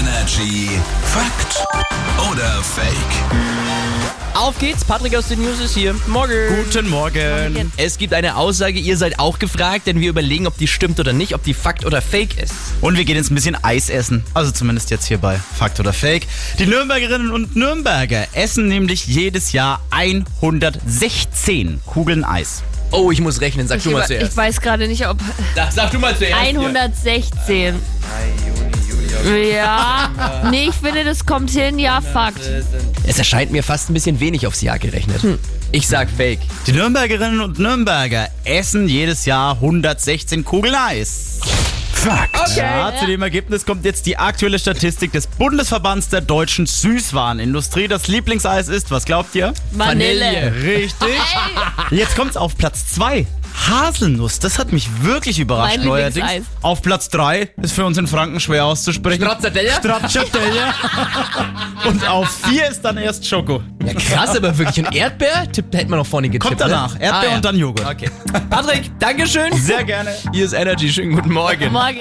Energy Fakt oder Fake? Auf geht's, Patrick aus den News ist hier. Morgen. Guten Morgen. Morgen. Es gibt eine Aussage, ihr seid auch gefragt, denn wir überlegen, ob die stimmt oder nicht, ob die Fakt oder Fake ist. Und wir gehen jetzt ein bisschen Eis essen. Also zumindest jetzt hier bei Fakt oder Fake. Die Nürnbergerinnen und Nürnberger essen nämlich jedes Jahr 116 Kugeln Eis. Oh, ich muss rechnen, sag Ich, du mal über- ich zuerst. weiß gerade nicht, ob Da, sag du mal zuerst. 116. Ja, nee, ich finde, das kommt hin. Ja, Fakt. Es erscheint mir fast ein bisschen wenig aufs Jahr gerechnet. Hm. Ich sag Fake. Die Nürnbergerinnen und Nürnberger essen jedes Jahr 116 Kugeln Eis. Fakt. Ja, ne? zu dem Ergebnis kommt jetzt die aktuelle Statistik des Bundesverbands der deutschen Süßwarenindustrie. Das Lieblingseis ist, was glaubt ihr? Vanille. Richtig. Jetzt kommt's auf Platz 2. Haselnuss, das hat mich wirklich überrascht Mein neuerdings. Lieblingseis. Auf Platz 3 ist für uns in Franken schwer auszusprechen. Stracciatella? Stracciatella. Und auf 4 ist dann erst Schoko. Ja, krass, aber wirklich. Und Erdbeer? Tipp, hätte man noch vorne getippt. Kommt danach. ne? Erdbeer Ah, ja. und dann Joghurt. Okay. Patrick, Dankeschön. Sehr gerne. Hier ist Energy. Schönen guten Morgen. Morgen.